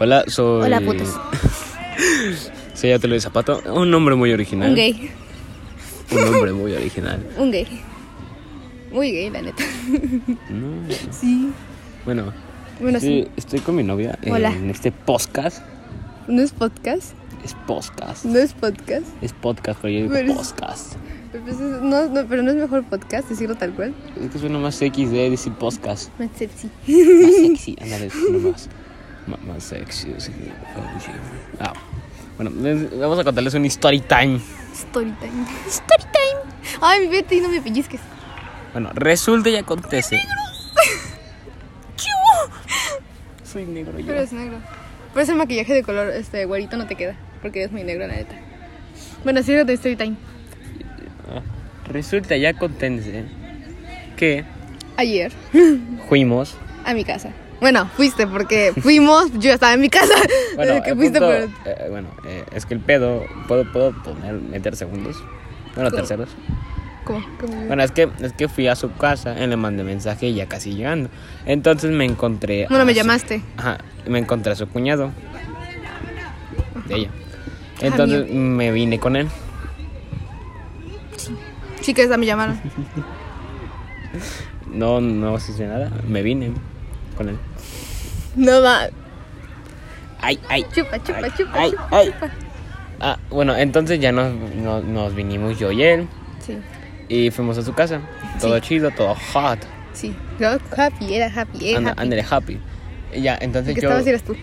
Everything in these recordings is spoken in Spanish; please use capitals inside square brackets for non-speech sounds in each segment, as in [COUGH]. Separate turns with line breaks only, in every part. Hola, soy.
Hola, putos.
[LAUGHS] Soy Atelio Zapato. Un nombre muy original.
Un gay.
Un nombre muy
[LAUGHS]
original.
Un gay. Muy gay, la neta.
No.
Sí.
Bueno,
Bueno, sí.
estoy, estoy con mi novia
Hola.
en este podcast.
No es podcast.
Es podcast.
No es podcast.
Es podcast, pero yo digo
Pero es-
podcast.
Pero, pues es- no, no, pero no es mejor podcast, decirlo tal cual.
Es que suena más XD decir
[LAUGHS]
podcast.
Más sexy.
Más sexy, ándale, suena más. ma- Más, sexy, así que- oh, sí. Ah. Bueno, les- vamos a contarles un story time.
Story time. Story time. Ay, vete y no me pellizques.
Bueno, resulta y acontece. Soy negro yo.
Pero es negro. [LAUGHS] Por eso el maquillaje de color este güerito no te queda. Porque es muy negro, la neta. Bueno, sí, de story time.
Ah. Resulta y acontece que
Ayer,
fuimos.
a mi casa. Bueno, fuiste porque fuimos. yo ya estaba en mi casa.
Bueno,
Desde [LAUGHS] que
el
fuiste,
punto-
pero.
eh, bueno eh, es que el pedo. ¿Puedo, puedo poner, meter segundos? Bueno, terceros.
¿Cómo? ¿Cómo?
Bueno, es que, es que fui a su casa y le mandé mensaje y ya casi llegando. Entonces me encontré. a
Bueno, me
su-
llamaste.
Ajá, me encontré a su cuñado. De ella.
Ah,
Entonces me vine con él.
Chicas, ya me llamaron.
No, no se hizo nada. Me vine con él.
No va.
Ay, ay.
Chupa, chupa,
ay,
chupa,
ay,
chupa,
ay.
chupa.
Ah, bueno, entonces ya nos, nos, nos vinimos yo y él.
Sí,
Y fuimos a su casa. Todo chido, todo hot.
sí. Yo happy, era happy, era
Anda-
happy.
Ándale, happy. Y Ya, entonces
El que
yo.
estabas eras tú.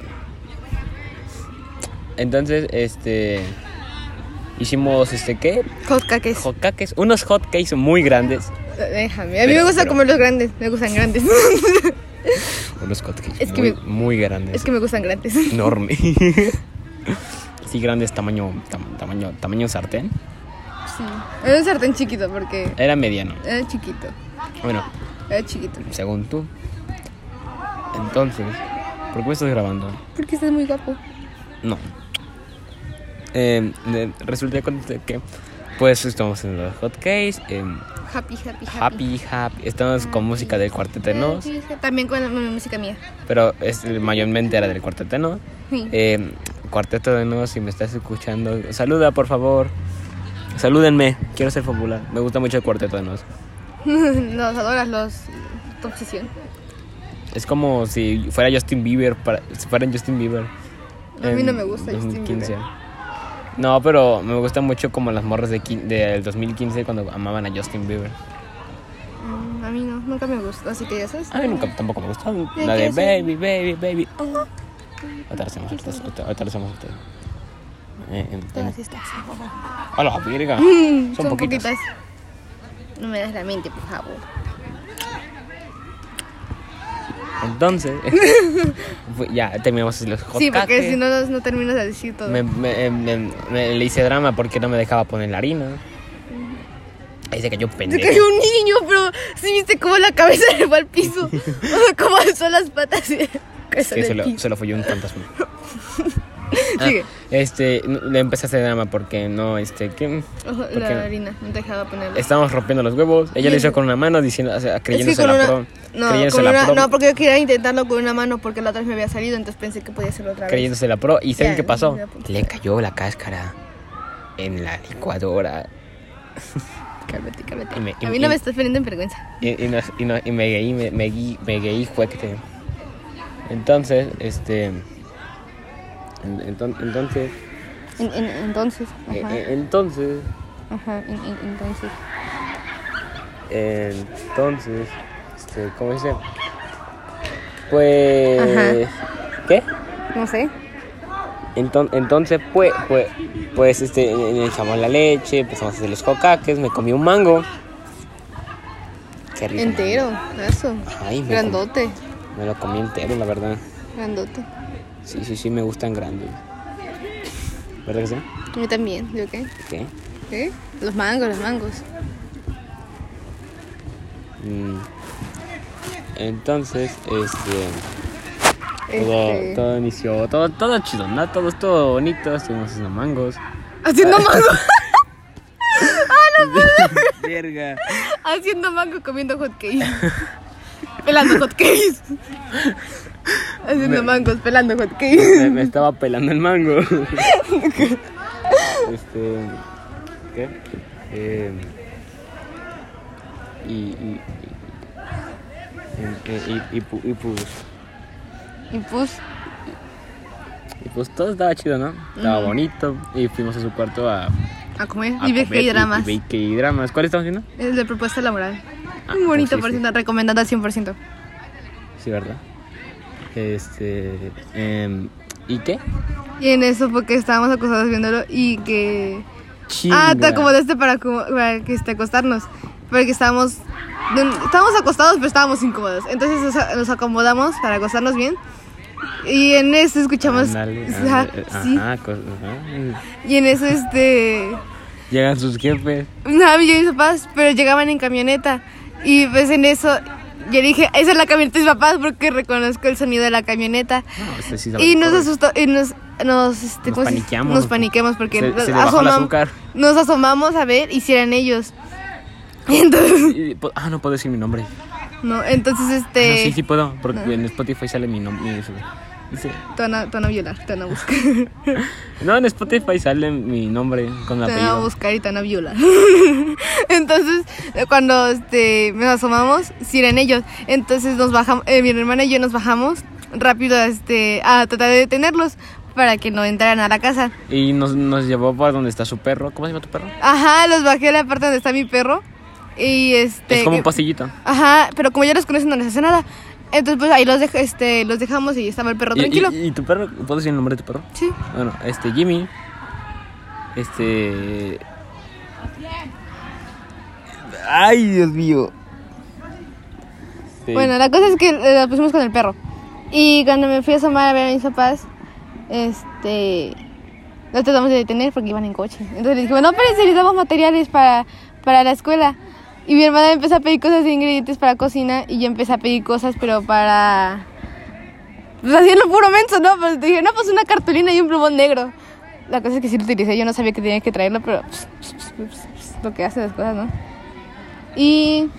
Entonces, este. Hicimos este qué?
Hot cakes.
Hot cakes. Unos hot cakes muy grandes.
Eh, Déjame. A mí
Pero-
me gusta
pero-
comer los grandes. Me gustan grandes. [LAUGHS]
Unos hot cakes
Es que
muy,
me-
muy grandes.
es que me gustan grandes. [LAUGHS]
Enorme. [LAUGHS] sí, grandes, tamaño, tam- tamaño, tamaño sartén.
Sí. Era un sartén chiquito porque
Era mediano.
era chiquito.
Bueno,
Era chiquito.
según tú. Entonces, ¿por qué me estás grabando?
Porque estás muy guapo.
No. Eh, eh, resulta y acontece que, pues, estamos en los hotcakes. Eh,
Happy, happy, happy.
happy, happy. Estamos con música del cuarteto de Nos,
También con la mi música mía.
Pero es, mayormente era del cuarteto de Nos.
Sí.
Eh, cuarteto de Nos, si me estás escuchando, saluda, por favor. Salúdenme, quiero ser popular. Me gusta mucho el cuarteto de Nos.
[LAUGHS] los adoras, los. Tu obsesión.
Es como si fuera Justin Bieber, para, si fuera Justin Bieber.
A mí
en
no me gusta Justin Bieber.
No, pero me gusta mucho como las morras de quin- del 2015 cuando amaban a Justin Bieber.
Mm, a mí no, nunca me gusta. Así que ya sabes.
A mí nunca tampoco me gustó.
¿De
La de
qué son?
baby, baby, baby. oh. Otra vez hacemos esto, otra- otra vez hacemos esto. Eh, eh, eh.
Todas estas.
A la
[LAUGHS]
verga.
Mm,
Son,
Son
poquitas.
poquitas. No me das la mente, por favor. [LAUGHS]
Entonces, fue- ya terminamos los hot
Sí, porque
cakes.
si no, no- no terminas de decir todo.
Me, me- eh, me- me- le hice drama porque no me dejaba poner la harina. Ahí se cayó
Se
pendejo.
cayó un niño, pero sí viste cómo la cabeza le fue al
[LAUGHS]
piso. cómo alzó las patas y [LAUGHS]
Es que se lo, se lo folló un fantasma. Ah,
Sigue.
este, no, le empecé a hacer drama porque no, este, que ¿por qué no?
la harina, no dejaba ponerla.
estábamos rompiendo los huevos. Ella lo hizo con una mano diciendo, o sea, creyéndose
con
la
una,
pro.
no,
creyéndose
con
la
una-
pro.
no, porque yo quería intentarlo con una mano porque la otra vez me había salido, entonces pensé que podía hacerlo otra vez.
creyéndose la pro. ¿Y saben
Ya,
qué pasó?
ya, pues.
Le cayó la cáscara en la licuadora.
Cálmate, cálmate.
Y me- y-
a mí no
y-
me estás poniendo en vergüenza.
Y, y no- y no- y me gueí, me, me guí- me gueí fuerte. Entonces, este. en- enton- entonces.
En- en- entonces,
eh,
ajá,
eh, entonces.
ajá, en- en- entonces.
Entonces. Este, ¿Cómo dice? Pues. ¿Qué?
No sé.
Enton- entonces, pues, pues, pues este, eh, echamos la leche, empezamos a hacer los cocaques, me comí un mango. Qué rico.
Entero, eso.
Ay, me
Grandote,
mango. Me lo comí entero, la verdad.
grandote.
Sí, sí, sí, me gustan grandes. ¿Verdad que sí?
A mí también, ¿yo qué?
¿Qué?
¿Qué? Los mangos, los mangos.
Mm. Entonces, este, todo,
Este,
todo inició, todo, todo chido, ¿no? Todo, todo bonito, estuvimos haciendo mangos. [LAUGHS]
Haciendo mango. [LAUGHS]
Verga. [LAUGHS]
haciendo mango comiendo hotcakes. Pelando hotcakes. Haciendo mangos, pelando hot cakes.
me, me estaba pelando el
[LAUGHS]
mango. este. ¿Qué? Eh, y, y, y, y, y- y pu- y pues.
Y pues,
Y pues todo estaba chido, ¿no? Estaba bonito. Y fuimos a su cuarto a.
a comer.
a
y ve
comer
que hay dramas.
Y, y, ve que dramas. ¿Cuál estamos viendo?
Es de propuesta laboral.
Ah,
Muy bonito,
pues
por
sí, sí.
ciento. Recomendado al 100%.
Sí, ¿verdad? Este. em, ¿Y qué?
Y en eso, porque estábamos acostados viéndolo y que. Ah, te
Chinga.
acomodaste para, aco- para que este, acostarnos. Porque estábamos. de- Estábamos acostados, pero estábamos incómodos. Entonces o sea, nos acomodamos para acostarnos bien. Y en eso escuchamos. [LAUGHS]
Ándale,
Ajá,
ándale,
sí.
ajá, cos- ajá.
Y en eso, este.
Llegan sus jefes.
No, yo y mis papás, pero llegaban en camioneta. Y pues en eso. Yo dije, esa es la camioneta de mis papás porque reconozco el sonido de la camioneta.
No, este sí sabe
Y nos
todo.
asustó, y nos, nos, este,
Nos
¿cómo se dice?
paniqueamos.
Nos paniqueamos porque pues,
Se- se
nos,
le bajó el
asomam-
azúcar.
[LAUGHS] nos asomamos a ver y si eran ellos. Entonces,
Y- po- Ah, no puedo decir mi nombre.
no, entonces
Ah,
este.
no, sí, sí puedo, porque en Spotify sale mi nombre. Dice,
Te, van a, te van a violar, te van a
[LAUGHS]
buscar.
no, en Spotify sale mi nombre con mi
te van a
apellido.
buscar y te van a violar. [LAUGHS] entonces, eh, cuando este, nos asomamos, si eran ellos. Entonces nos bajamos, eh, mi hermana y yo nos bajamos rápido a, este, a tratar de detenerlos para que no entraran a la casa.
Y nos, nos llevó por donde está su perro. ¿Cómo se llama tu perro?
Ajá, los bajé a la parte donde está mi perro. Y este.
es como un
que-
pastillito.
Ajá, pero como ya los conocen, no les hace nada. Entonces, pues ahí los, dej- este, los dejamos y estaba el perro
Y,
tranquilo.
y- y tu perro? ¿Puedo decir el nombre de tu perro?
Sí.
Bueno, este, Jimmy. Este. Ay, Dios mío. Este,
Bueno, la cosa es que eh, la pusimos con el perro. Y cuando me fui a asomar a ver a mis papás, este. Los tratamos de detener porque iban en coche. Entonces le dijimos, no, pero necesitamos materiales para, para la escuela. Y mi hermana empezó a pedir cosas de ingredientes para cocina y yo empecé a pedir cosas, pero para. Pues haciendo puro menso, ¿no? Pues dije, no, pues una cartulina y un plumón negro. La cosa es que sí lo utilicé, yo no sabía que tenía que traerlo, pero. pues, pues, pues, pues, pues, lo que hacen las cosas, ¿no? Y.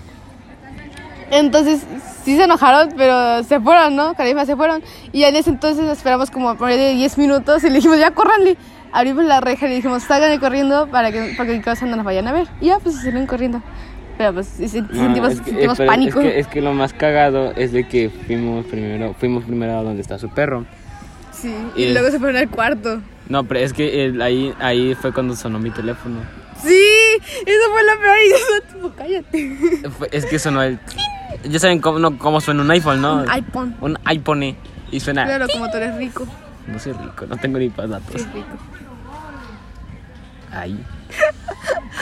Entonces sí se enojaron, pero se fueron, ¿no? Carisma se fueron. Y en ese entonces esperamos como por ahí de 10 minutos y le dijimos, ya córranle. Abrimos la reja y le dijimos, salgan corriendo para que, para que en casa no nos vayan a ver. Y ya, pues se salieron corriendo. Pero pues sí, sí,
no,
sentimos,
Ah, es que- eh,
sentimos
pero
pánico.
Es que, es que lo más cagado es de que fuimos primero, fuimos primero a donde está su perro.
Sí,
y y- luego
se fueron al cuarto.
No, pero es que el- ahí, ahí fue cuando sonó mi teléfono.
Sí, eso fue lo peor. Y yo, tipo, cállate.
Fue- Es que sonó el... Ya saben cómo, no, cómo suena un iPhone, ¿no?
Un iPhone.
Un iPhone. Y suena...
Claro, como tú eres rico.
No soy rico, no tengo ni para datos.
Eres rico.
Ahí.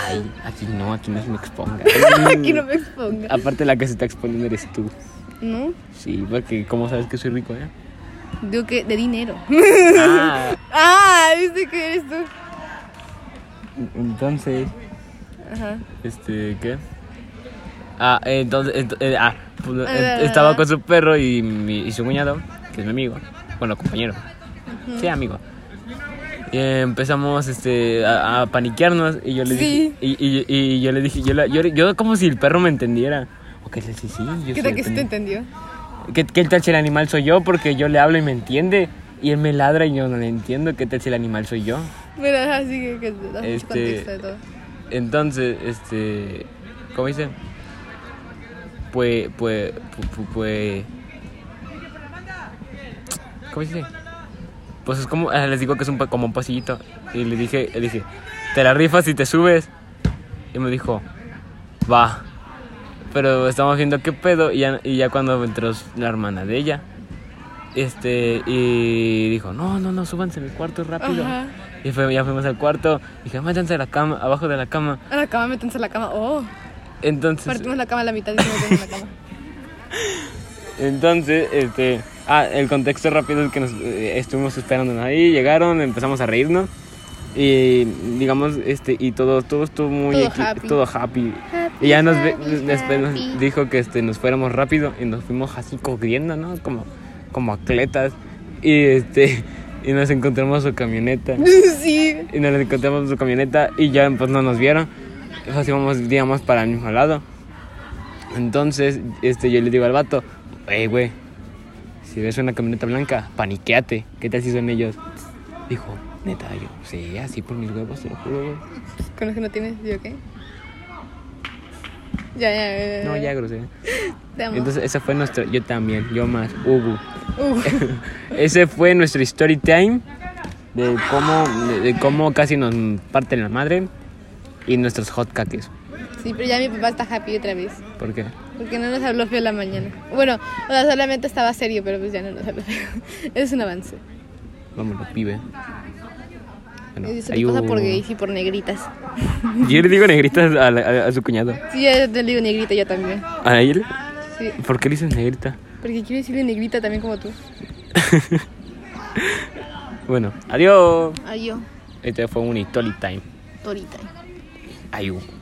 Ahí. Aquí no, aquí no se me exponga.
[LAUGHS] Aquí no me exponga.
Aparte la que se está exponiendo eres tú.
No,
Sí, porque ¿cómo sabes que soy rico, eh?
[LAUGHS] digo que de dinero.
Ah,
ah, viste que eres tú.
entonces...
Ajá.
Este, ¿qué? Ah, entonces, ent- eh, ah, pues,
Ah,
eh,
ah,
estaba
ah.
con su perro y, mi- y su cuñado, que es mi amigo, bueno, compañero, sí, amigo. Y empezamos este, a, a paniquearnos y yo le
Sí.
dije, y, y- y yo le dije, yo, la- yo, yo como si el perro me entendiera. O que sí, sí, sí, yo
¿Qué
soy
tal
el
que sí te
pendejo.
entendió?
¿Qué, qué tal si el animal soy yo? Porque yo le hablo y me entiende. Y él me ladra y yo no le entiendo. ¿Qué tal si el animal soy yo?
Pero así que, que das mucho
Este-
contexto de todo.
Entonces, este. ¿Cómo dice? Pues. Pues. Pues. pues ¿Cómo dice? Pues es como. ah, Les digo que es un, pa- como un pasillito. Y le dije, le dije, te la rifas y te subes. Y me dijo, va. Pero estamos viendo qué pedo. Y ya, y ya cuando entró la hermana de ella. Este, y dijo, no, no, no, súbanse a mi cuarto rápido.
Ajá.
Y fue- ya fuimos al cuarto. Dije, métanse a la cama, abajo de la cama.
A la cama, métanse a la cama. Oh,
Entonces,
partimos la cama a la mitad y se meten en la cama.
[LAUGHS]
[LAUGHS]
entonces, este. Ah, el contexto rápido es que nos eh, estuvimos esperándonos ahí. Llegaron, empezamos a reírnos. Y digamos, este, y todo, todo estuvo muy
Todo
equi-
happy.
todo happy. y ya nos, ve- después nos dijo que este, nos fuéramos rápido y nos fuimos así corriendo, ¿no? Como, como atletas. Y este, [LAUGHS] y nos encontramos su camioneta.
sí.
y nos encontramos en su camioneta y ya pues no nos vieron. Pues íbamos, digamos, para el mismo lado. Entonces, este, yo le digo al vato, hey, güey, si ves una camioneta blanca, paniqueate. ¿Qué tal si son ellos? Dijo, neta, yo, sí, así por mis huevos, te lo juro, güey.
Con los que no tienes, ¿yo qué? Ya, ya, ya.
No, ya, grosera.
Te amo.
Entonces, esa fue nuestra. Yo también, yo más, Hugo. [LAUGHS]
Uh,
Ese fue nuestro story time de cómo, de, de cómo casi nos parten la madre y nuestros hot cakes.
sí, pero ya mi papá está happy otra vez.
¿Por qué?
Porque no nos habló feo la mañana. Bueno, o sea, solamente estaba serio, pero pues ya no nos habló feo. [LAUGHS] Es un avance.
Vámonos, pibe. Bueno,
Y se
ahí
lo pasa
hubo-
por gays y por negritas.
[LAUGHS] Yo le digo negritas a, la- a- a su cuñado.
Sí, yo te digo negrita yo también.
¿A él?
Sí,
¿Por qué le dices negrita?
porque quiero decirle negrita también como tú.
Bueno, adiós.
Ay, yo,
Este fue un story time.
Torita.
Ayú.